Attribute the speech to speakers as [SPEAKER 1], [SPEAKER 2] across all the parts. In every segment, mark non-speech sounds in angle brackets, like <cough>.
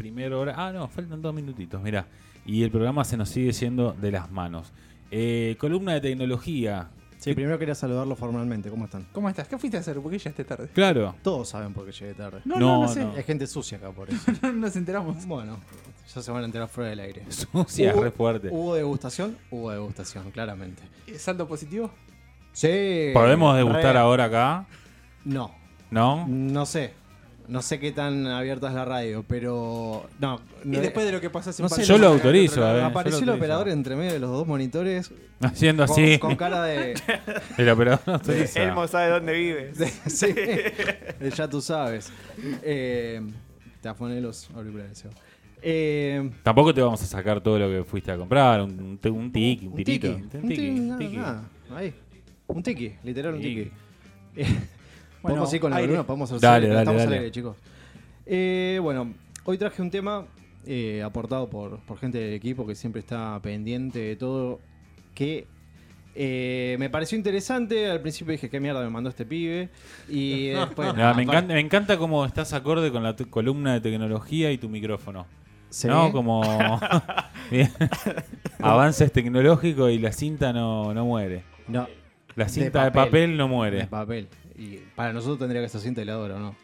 [SPEAKER 1] Mirar ahora. Ah, no, faltan dos minutitos, mirá. Y el programa se nos sigue yendo de las manos. Eh, columna de tecnología.
[SPEAKER 2] Sí, primero quería saludarlo formalmente. ¿Cómo están?
[SPEAKER 3] ¿Cómo estás? ¿Qué fuiste a hacer? ¿Por qué llegaste tarde?
[SPEAKER 1] Claro.
[SPEAKER 2] Todos saben por qué llegué tarde.
[SPEAKER 1] No,
[SPEAKER 3] No, no, no, sé.
[SPEAKER 1] no.
[SPEAKER 2] Hay gente sucia acá por <laughs> eso.
[SPEAKER 3] <laughs> No nos enteramos.
[SPEAKER 2] bueno, ya se van a enterar fuera del aire.
[SPEAKER 1] Sucia,
[SPEAKER 2] Hubo-
[SPEAKER 1] re fuerte.
[SPEAKER 2] ¿Hubo degustación? Hubo degustación, claramente.
[SPEAKER 3] Eh, ¿Saldo positivo?
[SPEAKER 2] Sí.
[SPEAKER 1] ¿Podemos degustar
[SPEAKER 2] re- Mm.
[SPEAKER 1] ahora acá?
[SPEAKER 2] No,
[SPEAKER 1] ¿No?
[SPEAKER 2] no sé. No sé qué tan abierta es la radio, pero. No.
[SPEAKER 3] Y después de lo que pasó hace
[SPEAKER 2] No
[SPEAKER 3] un par
[SPEAKER 2] sé,
[SPEAKER 3] de
[SPEAKER 1] Yo lo
[SPEAKER 3] semanas,
[SPEAKER 1] autorizo,
[SPEAKER 3] otro
[SPEAKER 1] a
[SPEAKER 3] lado.
[SPEAKER 1] ver.
[SPEAKER 2] Apareció
[SPEAKER 1] yo
[SPEAKER 2] el
[SPEAKER 1] lo
[SPEAKER 2] operador
[SPEAKER 1] utilizo.
[SPEAKER 2] entre medio de los dos monitores
[SPEAKER 1] Haciendo
[SPEAKER 2] con-
[SPEAKER 1] así.
[SPEAKER 2] con cara de.
[SPEAKER 1] <laughs> El operador no autoriza.
[SPEAKER 4] Elmo sabe dónde vive.
[SPEAKER 2] <laughs> sí. Eh, ya tú sabes. Eh, te afoné los auriculares. Seba. Eh,
[SPEAKER 1] Tampoco te vamos a sacar todo lo que fuiste a comprar. Un, un, te- un tiki, un,
[SPEAKER 2] un
[SPEAKER 1] tirito.
[SPEAKER 2] tiki.
[SPEAKER 1] Un tiki. un tiki.
[SPEAKER 2] nada, nada. Ahí. Un tiki, literal un
[SPEAKER 1] Tiki.
[SPEAKER 2] tiki.
[SPEAKER 1] <laughs>
[SPEAKER 2] Eh, podemos ir con la
[SPEAKER 3] aire.
[SPEAKER 2] columna, podemos hacer
[SPEAKER 1] Dale,
[SPEAKER 2] serio,
[SPEAKER 1] dale,
[SPEAKER 2] estamos
[SPEAKER 1] dale.
[SPEAKER 2] al aire, chicos. Eh, bueno, hoy traje un tema eh, aportado por, por gente del equipo que siempre está pendiente de todo, que eh, me pareció interesante. Al principio dije, qué mierda me mandó este pibe.
[SPEAKER 1] <laughs>
[SPEAKER 2] Y después...
[SPEAKER 1] Nada, me,
[SPEAKER 2] aparte-
[SPEAKER 1] encanta, me encanta cómo estás acorde con la tu- columna de tecnología y tu micrófono.
[SPEAKER 2] Sí.
[SPEAKER 1] ¿No?
[SPEAKER 2] <laughs>
[SPEAKER 1] Como. Bien. Avances tecnológicos y la cinta no, no muere.
[SPEAKER 2] No,
[SPEAKER 1] La
[SPEAKER 2] De
[SPEAKER 1] cinta de papel,
[SPEAKER 2] papel.
[SPEAKER 1] no
[SPEAKER 2] de
[SPEAKER 1] muere.
[SPEAKER 2] papel. Y para nosotros tendría que ser cinta heladora, ¿o no?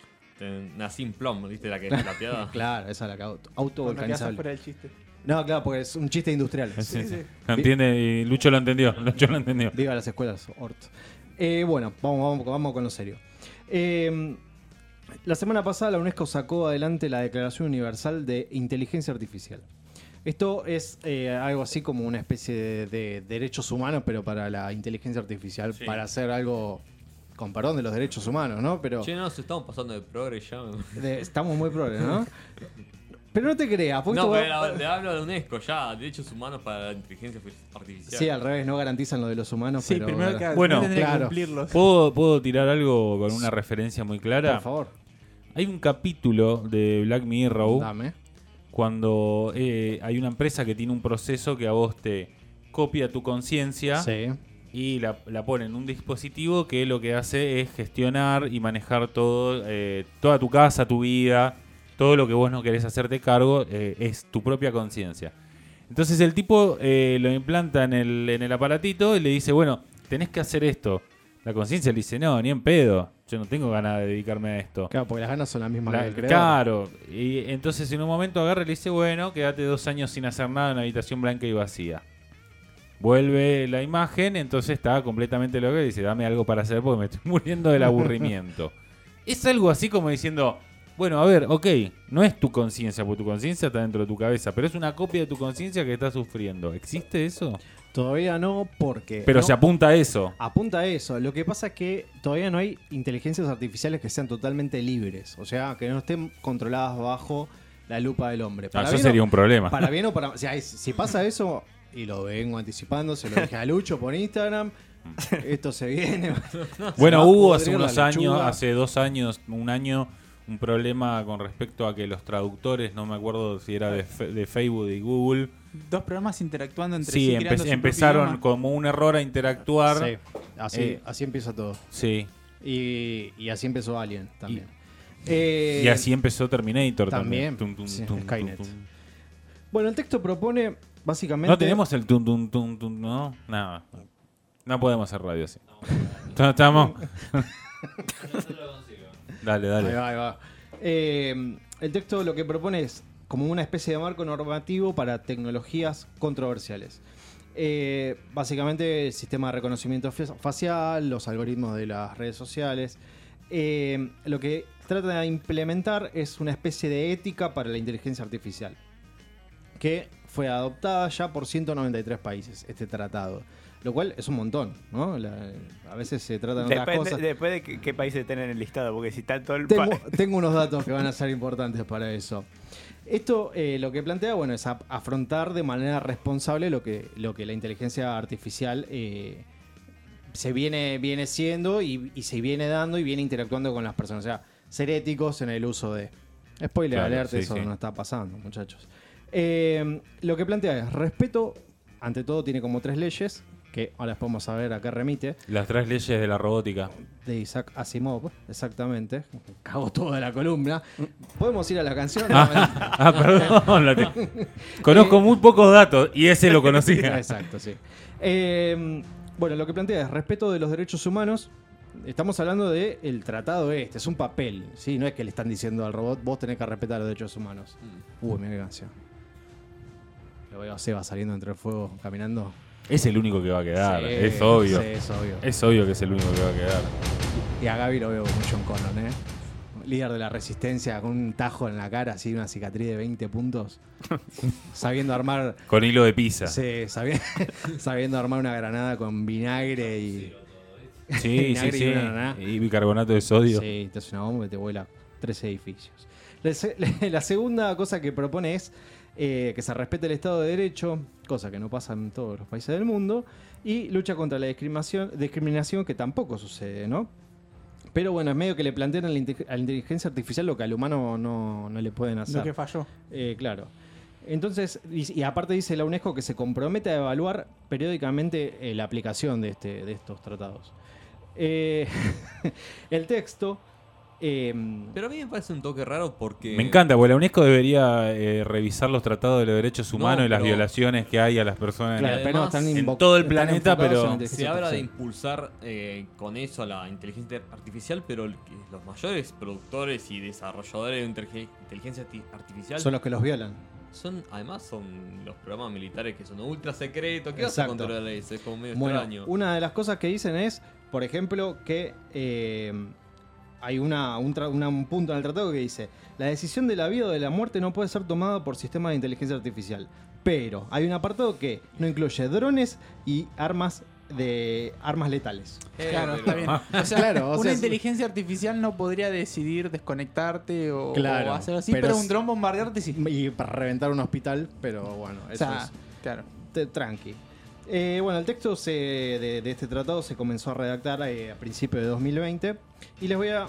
[SPEAKER 5] Nacim Plom, ¿viste? La que es
[SPEAKER 1] Ah.
[SPEAKER 2] <laughs>
[SPEAKER 5] plateada.
[SPEAKER 2] Claro, esa es la que auto-
[SPEAKER 3] Cuando quedas
[SPEAKER 2] autovolcanizable.
[SPEAKER 3] afuera del chiste.
[SPEAKER 2] No, claro, porque es un chiste industrial.
[SPEAKER 1] Sí, sí.
[SPEAKER 3] sí.
[SPEAKER 1] Lo entiende y Lucho lo entendió. <laughs> Lucho lo entendió.
[SPEAKER 2] Viva las escuelas, Ort. Eh, bueno, vamos, vamos, vamos con lo serio. Eh, la semana pasada la UNESCO sacó adelante la Declaración Universal de Inteligencia Artificial. Esto es eh, algo así como una especie de, de derechos humanos, pero para la inteligencia artificial,
[SPEAKER 5] Sí.
[SPEAKER 2] para hacer algo, con perdón, de los derechos humanos, ¿no? Pero
[SPEAKER 5] Che, no, se estamos pasando de progre ya.
[SPEAKER 2] de- estamos muy progres, ¿no? Pero no te creas, porque
[SPEAKER 5] No,
[SPEAKER 2] esto va-
[SPEAKER 5] pero la- le hablo de UNESCO ya, derechos humanos para la inteligencia artificial.
[SPEAKER 2] Sí, al revés, no garantizan lo de los humanos,
[SPEAKER 3] Sí,
[SPEAKER 2] pero...
[SPEAKER 3] primero que
[SPEAKER 1] Bueno,
[SPEAKER 3] tenés
[SPEAKER 2] claro.
[SPEAKER 3] que cumplirlos.
[SPEAKER 1] ¿Puedo, ¿Puedo tirar algo con una referencia muy clara?
[SPEAKER 2] Por favor,
[SPEAKER 1] Hay un capítulo de Black
[SPEAKER 5] Oh.
[SPEAKER 1] Mirror
[SPEAKER 2] dame.
[SPEAKER 1] cuando eh, hay una empresa que tiene un proceso que a vos te copia tu conciencia
[SPEAKER 2] Sí.
[SPEAKER 1] y la, la pone en un dispositivo que lo que hace es gestionar y manejar todo, eh, toda tu casa, tu vida, todo lo que vos no querés hacerte cargo eh, es tu propia conciencia. Entonces el tipo eh, lo implanta en el, en el aparatito y le dice, bueno, tenés que hacer esto. La conciencia le dice, no, ni en pedo, yo no tengo ganas de dedicarme a esto.
[SPEAKER 2] Claro, porque las ganas son las mismas
[SPEAKER 1] La-
[SPEAKER 2] que el creador.
[SPEAKER 1] claro, y entonces en un momento agarra y le dice, bueno, quédate dos años sin hacer nada en la habitación blanca y vacía. Vuelve la imagen, entonces está completamente loco y dice, dame algo para hacer porque me estoy <laughs> muriendo del <laughs> aburrimiento. es algo así como diciendo, bueno, a ver, ok, no es tu conciencia, porque tu conciencia está dentro de tu cabeza, pero es una copia de tu conciencia que está sufriendo. ¿Existe eso?
[SPEAKER 2] Todavía no, porque.
[SPEAKER 1] Pero
[SPEAKER 2] no,
[SPEAKER 1] se apunta a eso.
[SPEAKER 2] apunta a eso. Lo que pasa es que todavía no hay inteligencias artificiales que sean totalmente libres. O sea, que no estén controladas bajo la lupa del hombre.
[SPEAKER 1] No,
[SPEAKER 2] Para
[SPEAKER 1] eso
[SPEAKER 2] bien
[SPEAKER 1] Ah, sería
[SPEAKER 2] o-
[SPEAKER 1] un problema.
[SPEAKER 2] Para bien o para o sea, es- si pasa eso, y lo vengo anticipando, se lo dije a Lucho por
[SPEAKER 1] <laughs>
[SPEAKER 2] Instagram. Esto se viene. Se
[SPEAKER 1] Bueno,
[SPEAKER 2] va a
[SPEAKER 1] hubo
[SPEAKER 2] pudrir
[SPEAKER 1] hace
[SPEAKER 2] la
[SPEAKER 1] unos
[SPEAKER 2] lechuga.
[SPEAKER 1] años, hace dos años, un año, un problema con respecto a que los traductores, no me acuerdo si era de, Fe- de Facebook y Google,
[SPEAKER 3] Dos programas interactuando entre
[SPEAKER 1] sí,
[SPEAKER 3] sí. creando
[SPEAKER 1] empe-
[SPEAKER 3] su propio
[SPEAKER 1] empezaron
[SPEAKER 3] idioma.
[SPEAKER 1] como un error a interactuar. Sí.
[SPEAKER 2] Sí, así,
[SPEAKER 1] Eh.
[SPEAKER 2] así empieza todo. Y, y así empezó Alien también.
[SPEAKER 1] y así empezó Terminator también.
[SPEAKER 2] Eh, también,
[SPEAKER 1] Tum, tum,
[SPEAKER 2] sí,
[SPEAKER 1] tum,
[SPEAKER 2] Skynet.
[SPEAKER 1] tum, tum.
[SPEAKER 2] Bueno, el texto propone básicamente.
[SPEAKER 1] No tenemos el tum, tum, tum, tum, no, nada. No podemos hacer radio así. <laughs> No, estamos.
[SPEAKER 2] <laughs>
[SPEAKER 1] dale,
[SPEAKER 2] Ahí
[SPEAKER 1] dale.
[SPEAKER 2] va, ahí va. Eh, el texto lo que propone es como una especie de marco normativo para tecnologías controversiales. Eh, básicamente el sistema de reconocimiento fa- facial, los algoritmos de las redes sociales. Eh, lo que trata de implementar es una especie de ética para la inteligencia artificial, que fue adoptada ya por 193 países, este tratado. Lo cual es un montón, ¿no? La- a veces se tratan otras
[SPEAKER 4] Después,
[SPEAKER 2] cosas.
[SPEAKER 4] de, después de qué, qué países estén en el listado, porque si está todo el
[SPEAKER 2] Tengo,
[SPEAKER 4] pa-
[SPEAKER 2] tengo unos datos que van a ser importantes para eso. Esto eh, lo que plantea, bueno, es a- afrontar de manera responsable lo que, lo que la inteligencia artificial eh, se viene, viene siendo y, y se viene dando y viene interactuando con las personas. O sea, ser éticos en el uso de. Spoiler
[SPEAKER 1] Claro,
[SPEAKER 2] alert,
[SPEAKER 1] sí,
[SPEAKER 2] eso
[SPEAKER 1] sí.
[SPEAKER 2] no está pasando, muchachos. Eh, lo que plantea es respeto, ante todo, tiene como tres leyes, que ahora después vamos a ver a qué remite,
[SPEAKER 1] Las tres leyes de la robótica.
[SPEAKER 2] de Isaac Asimov, exactamente. Cago toda la columna. ¿Podemos ir a la canción?
[SPEAKER 1] Ah, <laughs> perdón. la te- Conozco muy pocos datos y ese lo conocía.
[SPEAKER 2] <laughs> Exacto, <laughs> sí. Eh, bueno, lo que plantea es respeto de los derechos humanos. Estamos hablando del el tratado este, es un papel, ¿sí? No es que le están diciendo al robot, vos tenés que respetar los derechos humanos.
[SPEAKER 1] Mm.
[SPEAKER 2] Uy, mira qué canción. Lo veo a Seba saliendo entre el fuego, caminando.
[SPEAKER 1] Es el único que va a quedar,
[SPEAKER 2] Sí,
[SPEAKER 1] es obvio.
[SPEAKER 2] sí, es obvio.
[SPEAKER 1] Es obvio que es el único que va a quedar.
[SPEAKER 2] Y a Gaby lo veo con John Connor, ¿eh? Líder de la resistencia, con un tajo en la cara, así, una cicatriz de 20 puntos. sabiendo armar
[SPEAKER 1] Con hilo de pizza. Sí,
[SPEAKER 2] Sí, sabi- <laughs> sabiendo armar una granada con vinagre y. <laughs>
[SPEAKER 1] sí, sí.
[SPEAKER 2] Vinagre y una naná.
[SPEAKER 1] Y bicarbonato de sodio.
[SPEAKER 2] Sí, te hace una bomba que te vuela tres edificios. La, se- <laughs> la segunda cosa que propone es eh, que se respete el Estado de Derecho, cosa que no pasa en todos los países del mundo, y lucha contra la discriminación, discriminación que tampoco sucede, ¿no? Pero bueno, es medio que le plantean a la, inte- a la inteligencia artificial lo que al humano no, no le pueden hacer.
[SPEAKER 3] Lo que falló.
[SPEAKER 2] Eh, claro. Entonces, y, y aparte dice la UNESCO que se compromete a evaluar periódicamente eh, la aplicación de, este, de estos tratados. Eh, <laughs> el texto. eh,
[SPEAKER 5] Pero a mí me parece un toque raro porque.
[SPEAKER 1] Me encanta, porque la UNESCO debería eh, revisar los tratados de los derechos humanos
[SPEAKER 5] No,
[SPEAKER 1] y las
[SPEAKER 5] pero-
[SPEAKER 1] violaciones que hay a las personas.
[SPEAKER 2] claro, pero
[SPEAKER 5] además,
[SPEAKER 2] están
[SPEAKER 5] en
[SPEAKER 2] invo-
[SPEAKER 1] todo el
[SPEAKER 2] están
[SPEAKER 1] planeta,
[SPEAKER 2] enfocados
[SPEAKER 1] pero-
[SPEAKER 2] en la inteligencia
[SPEAKER 5] Se habla de
[SPEAKER 2] artificial.
[SPEAKER 5] impulsar eh, con eso a la inteligencia artificial, pero el que- los mayores productores y desarrolladores de interge- inteligencia arti- artificial
[SPEAKER 2] Son los que los violan.
[SPEAKER 5] son- además son los programas militares que son ultra secretos. ¿Qué vas a
[SPEAKER 2] Exacto.
[SPEAKER 5] controlar eso? Es como medio
[SPEAKER 2] Bueno,
[SPEAKER 5] extraño.
[SPEAKER 2] una de las cosas que dicen es, por ejemplo, que eh, hay una, un, tra- una- un punto en el tratado que dice, la decisión de la vida o de la muerte no puede ser tomada por sistemas de inteligencia artificial. Pero hay un apartado que no incluye drones y armas de armas letales.
[SPEAKER 5] Eh,
[SPEAKER 3] Claro,
[SPEAKER 5] pero-
[SPEAKER 3] está bien. O sea,
[SPEAKER 2] Ah. Claro, o
[SPEAKER 3] una
[SPEAKER 2] sea, sí.
[SPEAKER 3] inteligencia artificial no podría decidir desconectarte o,
[SPEAKER 2] Claro,
[SPEAKER 3] o hacer así,
[SPEAKER 2] pero
[SPEAKER 3] pero,
[SPEAKER 2] es-
[SPEAKER 3] un dron bombardearte sí.
[SPEAKER 2] Y para reventar un hospital, pero bueno,
[SPEAKER 3] O
[SPEAKER 2] eso
[SPEAKER 3] sea,
[SPEAKER 2] es
[SPEAKER 3] claro.
[SPEAKER 2] te- tranqui. Eh, bueno, el texto se- de, de este tratado se comenzó a redactar eh, a principios de 2020 y les voy, a,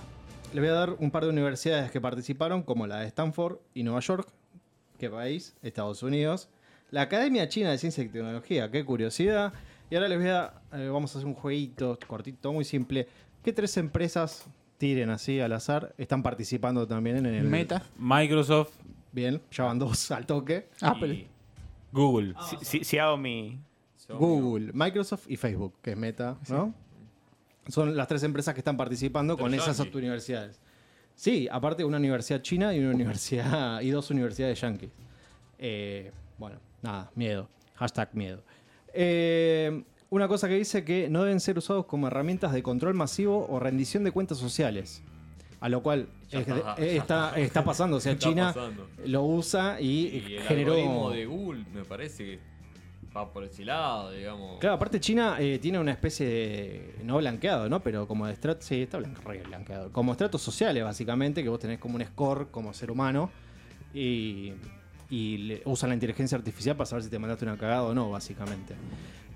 [SPEAKER 2] les voy a dar un par de universidades que participaron, como la de Stanford y Nueva York, qué país, Estados Unidos, la Academia China de Ciencia y Tecnología, qué curiosidad, y ahora les voy a, eh, vamos a hacer un jueguito cortito, muy simple, ¿qué tres empresas tiren así al azar están participando también en el
[SPEAKER 3] Meta,
[SPEAKER 1] Microsoft,
[SPEAKER 2] Bien, ya van dos al toque. em-
[SPEAKER 3] Apple.
[SPEAKER 1] Google.
[SPEAKER 4] Si- si- Xiaomi.
[SPEAKER 2] Google, Microsoft y Facebook, que es Meta, ¿no? Son las tres empresas que están participando con
[SPEAKER 5] Pero
[SPEAKER 2] esas
[SPEAKER 5] yankee.
[SPEAKER 2] universidades. Sí, aparte una universidad china y una universidad <laughs> y dos universidades yanquis. Eh, bueno, nada, miedo. Hashtag miedo. Eh, una cosa que dice que no deben ser usados como herramientas de control masivo o rendición de cuentas sociales. A lo cual
[SPEAKER 5] Ya
[SPEAKER 2] es-
[SPEAKER 5] está,
[SPEAKER 2] eh,
[SPEAKER 5] ya
[SPEAKER 2] está, está pasando. O
[SPEAKER 5] <laughs>
[SPEAKER 2] sea,
[SPEAKER 5] Está
[SPEAKER 2] China
[SPEAKER 5] pasando.
[SPEAKER 2] lo usa y,
[SPEAKER 5] Y el
[SPEAKER 2] generó.
[SPEAKER 5] algoritmo de Google me parece que va por ese lado, digamos.
[SPEAKER 2] Claro, aparte China eh, tiene una especie de. No blanqueado, ¿no? Pero como de estrato. Sí, está blan- re blanqueado. Como estratos sociales, básicamente, que vos tenés como un score como ser humano. Y. Y le- usan la inteligencia artificial para saber si te mandaste una cagada o no, básicamente.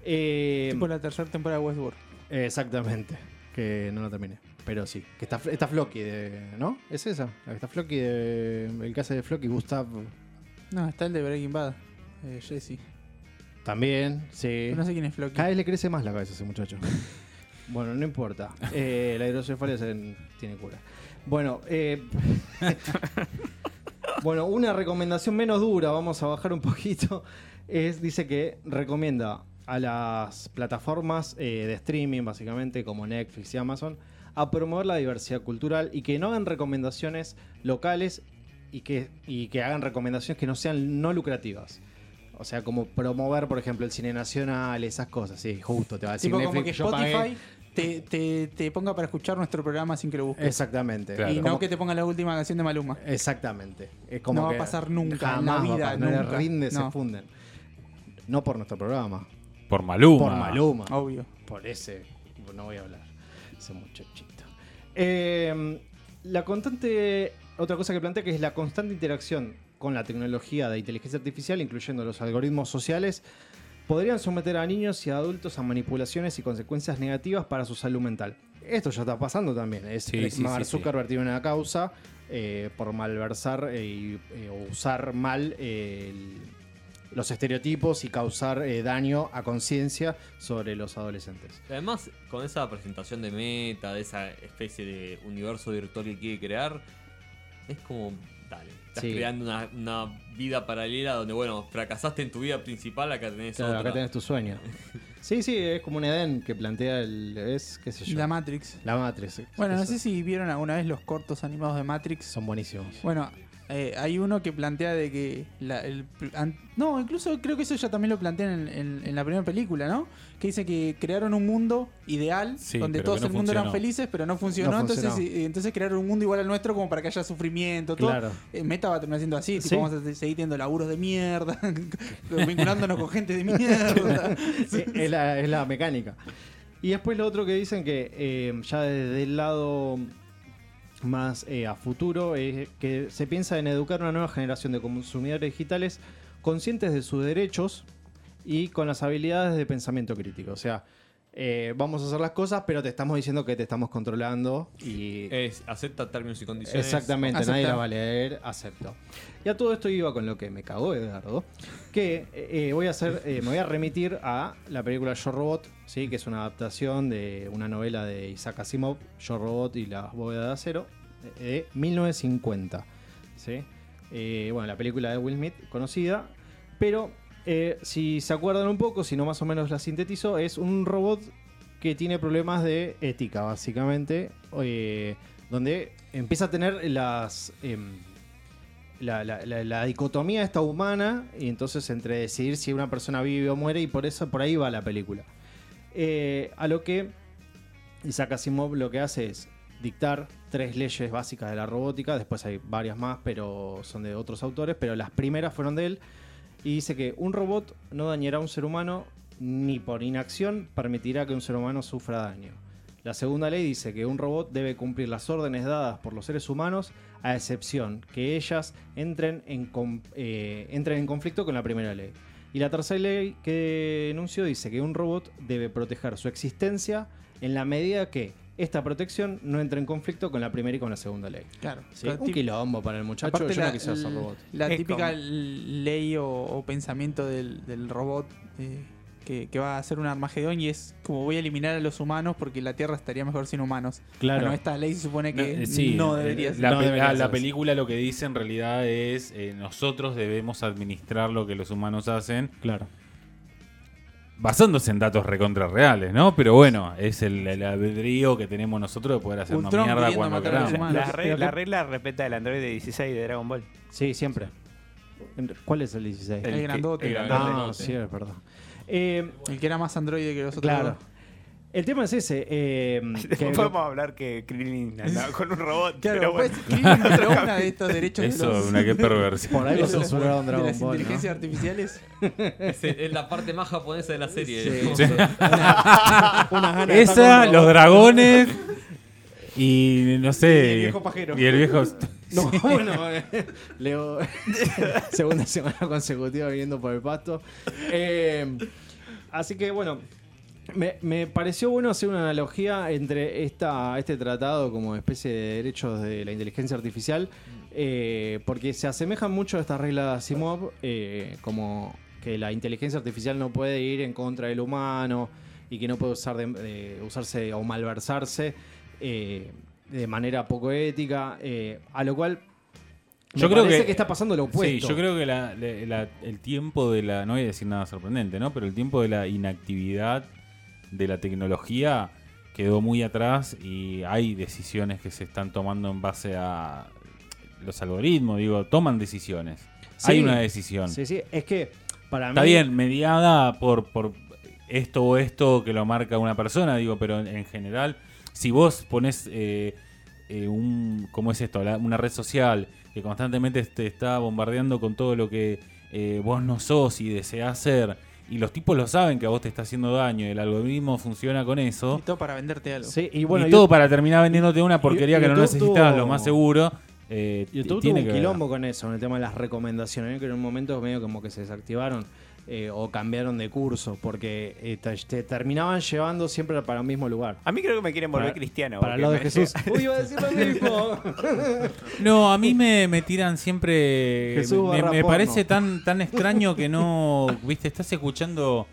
[SPEAKER 2] Eh,
[SPEAKER 3] Tipo la tercera temporada de Westworld.
[SPEAKER 2] exactamente. Que no la terminé. Pero sí. Que está, está Floki de. ¿No? ¿Es esa? La que está Floki de. El caso de Floki, Gustav.
[SPEAKER 3] No, está el de Breaking Bad. Eh, Jesse.
[SPEAKER 2] También. Sí.
[SPEAKER 3] No sé quién es Floki.
[SPEAKER 2] Cada vez le crece más la cabeza a ese muchacho. <laughs> bueno, no importa. Eh, la hidrocefalia se- tiene cura. Bueno, eh, <laughs> bueno, una recomendación menos dura, vamos a bajar un poquito. Es, dice que recomienda a las plataformas eh, de streaming, básicamente, como Netflix y Amazon, a promover la diversidad cultural y que no hagan recomendaciones locales y que, y que hagan recomendaciones que no sean no lucrativas. O sea, como promover, por ejemplo, el cine nacional, esas cosas. Sí, justo, te va a decir
[SPEAKER 3] tipo como que
[SPEAKER 2] Netflix, yo pagué.
[SPEAKER 3] Spotify te, te, te ponga para escuchar nuestro programa sin que lo busques.
[SPEAKER 2] Exactamente.
[SPEAKER 1] Claro.
[SPEAKER 3] Y no
[SPEAKER 2] Como- Eh,
[SPEAKER 3] que te ponga la última canción de Maluma.
[SPEAKER 2] Exactamente. Es
[SPEAKER 3] No va a pasar nunca en la
[SPEAKER 2] jamás va a
[SPEAKER 3] vida,
[SPEAKER 2] pasar, no le
[SPEAKER 3] nunca.
[SPEAKER 2] rinde, se
[SPEAKER 3] No.
[SPEAKER 2] funden. No por nuestro programa,
[SPEAKER 1] Por Maluma.
[SPEAKER 2] por Maluma.
[SPEAKER 3] Obvio.
[SPEAKER 2] Por ese, no voy a hablar. Ese muchachito. Eh, la constante, otra cosa que plantea que es la constante interacción con la tecnología de inteligencia artificial, incluyendo los algoritmos sociales, podrían someter a niños y adultos a manipulaciones y consecuencias negativas para su salud mental. Esto ya está pasando también. Es,
[SPEAKER 1] Sí, sí, sí,
[SPEAKER 2] Mark
[SPEAKER 1] sí.
[SPEAKER 2] Zuckerberg tiene una causa eh, por malversar eh, y eh, usar mal eh, el- los estereotipos y causar eh, daño a conciencia sobre los adolescentes.
[SPEAKER 5] Y Además, con esa presentación de meta, de esa especie de universo virtual que quiere crear, es como, dale, estás
[SPEAKER 2] Sí.
[SPEAKER 5] creando una, una vida paralela donde, bueno, fracasaste en tu vida principal, acá tenés
[SPEAKER 2] Claro,
[SPEAKER 5] otra.
[SPEAKER 2] acá tenés tu sueño. Sí, sí, es como un Edén que plantea el. Es, qué sé yo.
[SPEAKER 3] La Matrix.
[SPEAKER 2] La Matrix.
[SPEAKER 3] Bueno, no
[SPEAKER 2] Eso.
[SPEAKER 3] sé si vieron alguna vez los cortos animados de Matrix.
[SPEAKER 2] Son buenísimos.
[SPEAKER 3] Bueno, eh, hay uno que plantea de que... la- el pl- an- no, incluso creo que eso ya también lo plantean en, en- en la primera película, ¿no? Que dice que crearon un mundo ideal
[SPEAKER 1] Sí,
[SPEAKER 3] donde
[SPEAKER 1] pero
[SPEAKER 3] todos
[SPEAKER 1] que no
[SPEAKER 3] el mundo eran
[SPEAKER 1] funcionó.
[SPEAKER 3] felices, pero no funcionó.
[SPEAKER 2] No
[SPEAKER 3] entonces,
[SPEAKER 2] funcionó.
[SPEAKER 3] eh, entonces crearon un mundo igual al nuestro como para que haya sufrimiento, todo.
[SPEAKER 2] Claro.
[SPEAKER 3] Eh, Meta va a terminar siendo así, tipo,
[SPEAKER 2] Sí.
[SPEAKER 3] vamos a te- seguir teniendo laburos de mierda, <laughs> vinculándonos con gente de mierda.
[SPEAKER 2] Sí, es, la, es la mecánica. Y después lo otro que dicen que eh, ya desde el lado más eh, a futuro es que se piensa en educar una nueva generación de consumidores digitales conscientes de sus derechos y con las habilidades de pensamiento crítico. O sea, eh, vamos a hacer las cosas, pero te estamos diciendo que te estamos controlando y
[SPEAKER 5] Es, acepta términos y condiciones.
[SPEAKER 2] Exactamente,
[SPEAKER 3] Aceptar.
[SPEAKER 2] nadie la va a leer, acepto. Y a todo esto iba con lo que me cagó Eduardo, que eh, eh, voy a hacer, eh, me voy a remitir a la película Yo Robot, ¿sí? que es una adaptación de una novela de Isaac Asimov, Yo Robot y las bóvedas de acero, eh, de 1950. ¿sí? Eh, bueno, la película de Will Smith, conocida, pero eh, si se acuerdan un poco, si no más o menos la sintetizo, es un robot que tiene problemas de ética, básicamente, eh, donde empieza a tener las... em, la, la- la- la dicotomía esta humana y entonces entre decidir si una persona vive o muere y por eso por ahí va la película. Eh, a lo que Isaac Asimov lo que hace es dictar tres leyes básicas de la robótica, después hay varias más, pero son de otros autores, pero las primeras fueron de él y dice que un robot no dañará a un ser humano ni por inacción permitirá que un ser humano sufra daño. La segunda ley dice que un robot debe cumplir las órdenes dadas por los seres humanos a excepción que ellas entren en, com- eh, entren en conflicto con la primera ley. Y la tercera ley que enunció dice que un robot debe proteger su existencia en la medida que esta protección no entre en conflicto con la primera y con la segunda ley.
[SPEAKER 3] claro.
[SPEAKER 2] Sí,
[SPEAKER 3] Pero
[SPEAKER 2] Un
[SPEAKER 3] tip-
[SPEAKER 2] quilombo para el muchacho,
[SPEAKER 3] aparte
[SPEAKER 2] yo
[SPEAKER 3] la,
[SPEAKER 2] no quisiera ser robot.
[SPEAKER 3] la
[SPEAKER 4] Es
[SPEAKER 3] típica
[SPEAKER 4] como-
[SPEAKER 3] ley o, o pensamiento del, del robot eh, que, que va a hacer un Armagedón y es como voy a eliminar a los humanos porque la Tierra estaría mejor sin humanos.
[SPEAKER 2] Claro.
[SPEAKER 3] Bueno, esta ley se supone
[SPEAKER 1] Ah, No,
[SPEAKER 3] que no,
[SPEAKER 1] eh, sí, eh,
[SPEAKER 3] debería ser.
[SPEAKER 1] La,
[SPEAKER 2] No
[SPEAKER 1] pe-
[SPEAKER 2] debería
[SPEAKER 1] ah, la
[SPEAKER 2] ser.
[SPEAKER 1] película lo que dice en realidad es eh, nosotros debemos administrar lo que los humanos hacen
[SPEAKER 2] Claro.
[SPEAKER 1] basándose en datos recontra reales, ¿no? Pero bueno, es el, el albedrío que tenemos nosotros de poder hacer una
[SPEAKER 3] Ultron
[SPEAKER 1] mierda
[SPEAKER 3] queriendo
[SPEAKER 1] cuando
[SPEAKER 3] matar a los
[SPEAKER 2] Ah,
[SPEAKER 1] queramos.
[SPEAKER 3] humanos.
[SPEAKER 4] La,
[SPEAKER 3] Pero
[SPEAKER 4] re-
[SPEAKER 2] que-
[SPEAKER 4] la regla respeta el Android de 16 de Dragon Ball.
[SPEAKER 2] Sí, siempre. En- ¿Cuál es el 16?
[SPEAKER 3] El
[SPEAKER 4] que-
[SPEAKER 3] grandote.
[SPEAKER 4] el
[SPEAKER 3] Ah,
[SPEAKER 4] grandote.
[SPEAKER 2] Ah, sí, es verdad. Eh,
[SPEAKER 3] El que era más androide que los otros.
[SPEAKER 2] claro. El tema es ese.
[SPEAKER 3] <laughs>
[SPEAKER 2] eh,
[SPEAKER 4] <laughs>
[SPEAKER 2] que-
[SPEAKER 4] Podemos hablar que
[SPEAKER 2] <laughs>
[SPEAKER 4] Krillin andaba con un robot.
[SPEAKER 3] Claro,
[SPEAKER 4] pero bueno.
[SPEAKER 3] pues Cleveland violó una de estos derechos de
[SPEAKER 1] Eso,
[SPEAKER 3] los-
[SPEAKER 1] una que perversión.
[SPEAKER 2] por ahí lo
[SPEAKER 1] <laughs>
[SPEAKER 3] de las-
[SPEAKER 2] censuraron
[SPEAKER 3] de
[SPEAKER 2] Dragon
[SPEAKER 3] las
[SPEAKER 2] Ball. ¿no?
[SPEAKER 3] inteligencias artificiales.
[SPEAKER 5] Es, es la parte más japonesa de la serie.
[SPEAKER 3] Sí.
[SPEAKER 1] Sí.
[SPEAKER 2] Unas ganas de estar
[SPEAKER 1] Esa,
[SPEAKER 2] con
[SPEAKER 1] los
[SPEAKER 2] robot.
[SPEAKER 1] dragones y no sé.
[SPEAKER 2] Y el viejo pajero.
[SPEAKER 1] Y el viejo-
[SPEAKER 2] No, bueno, eh, Leo, <laughs> segunda semana consecutiva viniendo por el pasto. Eh, así que bueno, me, me pareció bueno hacer una analogía entre esta, este tratado como especie de derechos de la inteligencia artificial, eh, porque se asemejan mucho a estas reglas de Asimov, eh, como que la inteligencia artificial no puede ir en contra del humano y que no puede usar de- de usarse o malversarse eh, de manera poco ética, eh, a lo cual me
[SPEAKER 1] Yo creo
[SPEAKER 2] parece
[SPEAKER 1] que-
[SPEAKER 2] que, está pasando lo opuesto.
[SPEAKER 1] Sí, yo creo que la- la- la- el tiempo de la. No voy a decir nada sorprendente, ¿no? Pero el tiempo de la inactividad de la tecnología quedó muy atrás y hay decisiones que se están tomando en base a los algoritmos, digo, toman decisiones.
[SPEAKER 2] Sí.
[SPEAKER 1] hay una decisión.
[SPEAKER 2] Sí, sí, es que para
[SPEAKER 1] Está
[SPEAKER 2] mí...
[SPEAKER 1] bien, mediada por, por esto o esto que lo marca una persona, digo, pero en, en general, si vos pones eh, eh, un, ¿cómo es esto? La- una red social que constantemente te está bombardeando con todo lo que eh, vos no sos y deseas ser, y los tipos lo saben que a vos te está haciendo daño, y el algoritmo funciona con
[SPEAKER 3] Y
[SPEAKER 1] eso,
[SPEAKER 3] todo para venderte algo.
[SPEAKER 2] Sí, y
[SPEAKER 1] y,
[SPEAKER 2] bueno,
[SPEAKER 1] todo para terminar vendiéndote una porquería que no
[SPEAKER 2] YouTube
[SPEAKER 1] necesitas,
[SPEAKER 2] tuvo-
[SPEAKER 1] lo más seguro. eh, tiene
[SPEAKER 2] YouTube tuvo un
[SPEAKER 1] que ver.
[SPEAKER 2] quilombo con eso, en el tema de las recomendaciones, ¿no? que en un momento medio como que se desactivaron. eh, o cambiaron de curso, porque eh, te, te terminaban llevando siempre para el mismo lugar.
[SPEAKER 4] A mí creo que me quieren volver
[SPEAKER 2] Para-
[SPEAKER 4] cristiano.
[SPEAKER 2] para el
[SPEAKER 4] porque
[SPEAKER 2] lado de
[SPEAKER 4] me-
[SPEAKER 2] Jesús.
[SPEAKER 4] <laughs>
[SPEAKER 2] Uy, iba a decir lo mismo.
[SPEAKER 1] No, a mí me, me tiran siempre.
[SPEAKER 2] Jesús
[SPEAKER 1] me,
[SPEAKER 2] barra
[SPEAKER 1] me
[SPEAKER 2] porno.
[SPEAKER 1] parece tan, tan extraño que no. Viste, estás escuchando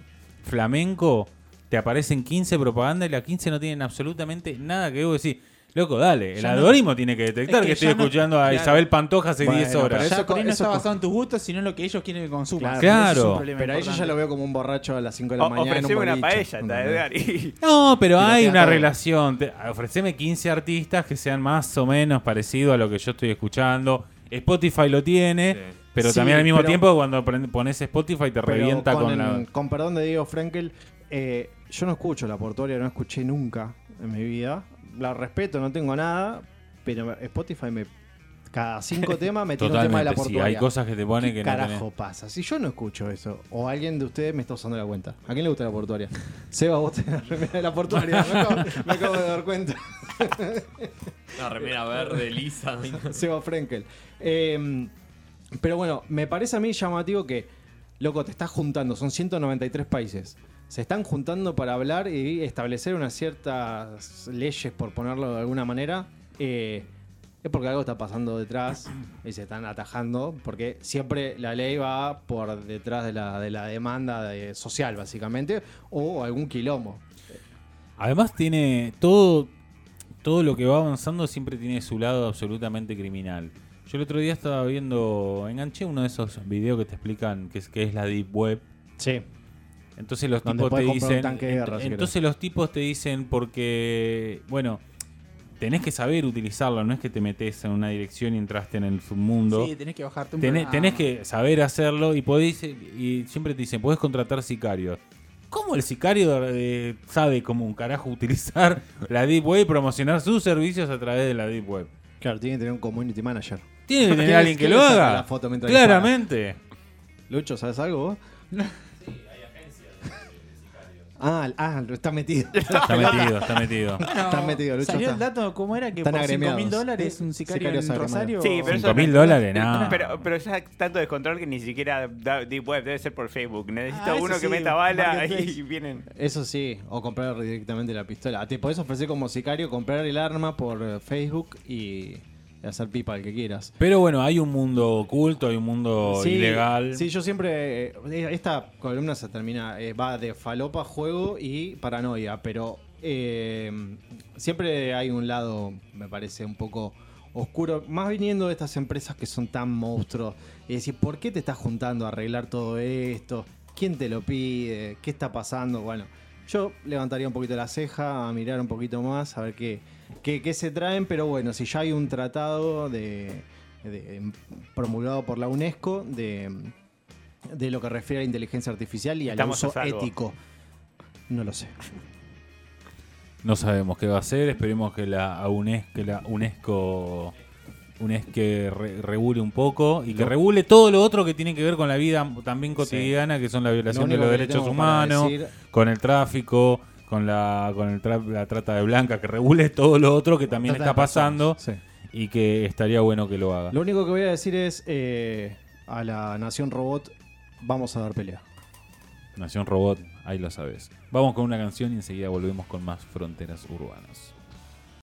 [SPEAKER 1] flamenco, te aparecen 15 propagandas y las 15 no tienen absolutamente nada que ver. Vos decís, loco, dale, el
[SPEAKER 3] Ya no-
[SPEAKER 1] algoritmo tiene que detectar
[SPEAKER 3] Es
[SPEAKER 1] que,
[SPEAKER 3] que
[SPEAKER 1] estoy
[SPEAKER 3] ya no-
[SPEAKER 1] escuchando a
[SPEAKER 3] claro.
[SPEAKER 1] Isabel Pantoja hace
[SPEAKER 2] Bueno,
[SPEAKER 1] 10
[SPEAKER 2] pero
[SPEAKER 1] horas.
[SPEAKER 2] eso
[SPEAKER 3] ya por ahí
[SPEAKER 2] co-
[SPEAKER 3] no
[SPEAKER 2] eso
[SPEAKER 3] está
[SPEAKER 2] co-
[SPEAKER 3] basado en tus gustos, sino en lo que ellos quieren que consumas.
[SPEAKER 1] Claro.
[SPEAKER 3] Eso es un problema
[SPEAKER 2] Pero a ella
[SPEAKER 3] importante.
[SPEAKER 2] ya lo veo como un borracho a las 5 de la
[SPEAKER 4] O-
[SPEAKER 2] mañana. en un
[SPEAKER 4] ofreceme una
[SPEAKER 2] boliche.
[SPEAKER 4] paella, está, Edgar. <laughs> Y...
[SPEAKER 1] No, pero
[SPEAKER 2] Tirotea
[SPEAKER 1] hay una
[SPEAKER 2] todo.
[SPEAKER 1] relación. Te- ofreceme 15 artistas que sean más o menos parecidos a lo que yo estoy escuchando. Spotify lo tiene,
[SPEAKER 5] Sí.
[SPEAKER 1] pero
[SPEAKER 2] Sí,
[SPEAKER 1] también al mismo
[SPEAKER 2] pero-
[SPEAKER 1] tiempo cuando pren- pones Spotify te
[SPEAKER 2] Pero
[SPEAKER 1] revienta con,
[SPEAKER 2] el-
[SPEAKER 1] la...
[SPEAKER 2] con perdón de Diego Frankel, eh, yo no escucho la portuaria, no escuché nunca en mi vida. La respeto, no tengo nada, pero Spotify me cada
[SPEAKER 1] <laughs>
[SPEAKER 2] cinco temas me tira Este un tema de
[SPEAKER 1] Totalmente,
[SPEAKER 2] la
[SPEAKER 1] sí. Hay
[SPEAKER 2] portuaria.
[SPEAKER 1] cosas que te pone que
[SPEAKER 2] ¿Qué
[SPEAKER 1] no tenés.
[SPEAKER 2] carajo pasa? Si yo no escucho eso, o alguien de ustedes me está usando la cuenta. ¿A quién le gusta la portuaria? Seba, vos tenés la remera de <laughs> la portuaria. Me acabo, me acabo de dar cuenta.
[SPEAKER 5] Una remera verde, lisa.
[SPEAKER 2] Seba Frenkel. Eh, pero bueno, me parece a mí llamativo que, loco, te estás juntando, son 193 países. Se están juntando para hablar y establecer unas ciertas leyes, por ponerlo de alguna manera. Eh, es porque algo está pasando detrás y se están atajando, porque siempre la ley va por detrás de la, de la demanda de- social, básicamente, o algún quilombo.
[SPEAKER 1] Además tiene todo, todo lo que va avanzando siempre tiene su lado absolutamente criminal. Yo el otro día estaba viendo, enganché uno de esos videos que te explican qué es, qué es la deep web.
[SPEAKER 2] Sí.
[SPEAKER 1] Entonces los
[SPEAKER 2] Donde
[SPEAKER 1] tipos te
[SPEAKER 2] podés comprar un
[SPEAKER 1] dicen,
[SPEAKER 2] tanque de
[SPEAKER 1] ent-
[SPEAKER 2] guerra, si
[SPEAKER 1] entonces los tipos te dicen porque, bueno, tenés que saber utilizarlo, no es que te metes en una dirección y entraste en el submundo.
[SPEAKER 3] Sí, tenés que bajarte un ah,
[SPEAKER 1] Tenés,
[SPEAKER 3] programa.
[SPEAKER 1] tenés que saber hacerlo y podés, y siempre te dicen, podés contratar sicarios. ¿Cómo el sicario eh, sabe cómo un carajo utilizar la Deep Web y promocionar sus servicios a través de la Deep Web?
[SPEAKER 2] Claro, tiene que tener un community manager. <laughs>
[SPEAKER 1] Tiene que tener
[SPEAKER 2] ¿Quién
[SPEAKER 1] alguien que
[SPEAKER 2] quién
[SPEAKER 1] lo
[SPEAKER 2] le saca
[SPEAKER 1] haga.
[SPEAKER 2] la foto mientras
[SPEAKER 1] Claramente.
[SPEAKER 2] Lucho, ¿sabes algo vos? <laughs> Ah, ah, lo está
[SPEAKER 3] <laughs>
[SPEAKER 2] metido. <laughs>
[SPEAKER 1] Está metido, está metido.
[SPEAKER 3] Bueno,
[SPEAKER 2] Está metido, Lucho,
[SPEAKER 3] Salió
[SPEAKER 2] está.
[SPEAKER 3] el dato, ¿cómo era? Que
[SPEAKER 2] Están
[SPEAKER 3] por 5 mil
[SPEAKER 2] agremiados.
[SPEAKER 3] dólares un sicario
[SPEAKER 2] Sicarios
[SPEAKER 3] en
[SPEAKER 2] agremiados.
[SPEAKER 3] Rosario.
[SPEAKER 4] Sí, pero eso-
[SPEAKER 1] Cinco mil dólares, nada.
[SPEAKER 4] Pero, pero ya tanto descontrol que ni siquiera da- Deep Web debe ser por Facebook. Necesito
[SPEAKER 3] Ah, eso
[SPEAKER 4] uno que
[SPEAKER 3] sí,
[SPEAKER 4] meta bala
[SPEAKER 3] marketplace.
[SPEAKER 4] <laughs> y vienen.
[SPEAKER 2] Eso sí, o comprar directamente la pistola. Te podés ofrecer como sicario comprar el arma por eh, Facebook y hacer pipa al que quieras.
[SPEAKER 1] Pero bueno, hay un mundo oculto, hay un mundo
[SPEAKER 2] Sí,
[SPEAKER 1] ilegal.
[SPEAKER 2] Sí, yo siempre. eh, Esta columna se termina. eh, va de falopa, juego y paranoia. Pero eh, siempre hay un lado, me parece, un poco oscuro. Más viniendo de estas empresas que son tan monstruos. Y decir, ¿por qué te estás juntando a arreglar todo esto? ¿Quién te lo pide? ¿Qué está pasando? Bueno, yo levantaría un poquito la ceja, a mirar un poquito más, a ver qué, qué, qué se traen. Pero bueno, si ya hay un tratado de de- promulgado por la UNESCO de, de lo que refiere a la inteligencia artificial y al
[SPEAKER 4] Estamos a
[SPEAKER 2] uso
[SPEAKER 4] salvo.
[SPEAKER 2] ético. No lo sé.
[SPEAKER 1] No sabemos qué va a ser, esperemos que la UNESCO, que la UNESCO, UNESCO re- regule un poco y que regule todo lo otro que tiene que ver con la vida también cotidiana, que son la violación de
[SPEAKER 2] Lo único
[SPEAKER 1] los
[SPEAKER 2] que le
[SPEAKER 1] derechos
[SPEAKER 2] tengo para
[SPEAKER 1] humanos,
[SPEAKER 2] decir-
[SPEAKER 1] con el tráfico, con la con el tra- la trata de blancas, que regule todo lo otro que también
[SPEAKER 2] Trata de
[SPEAKER 1] está pasando
[SPEAKER 2] personas, sí.
[SPEAKER 1] y que estaría bueno que lo haga.
[SPEAKER 2] Lo único que voy a decir es eh, a la Nación Robot vamos a dar pelea.
[SPEAKER 1] Nación Robot, ahí lo sabes. Vamos con una canción y enseguida volvemos con más fronteras urbanas.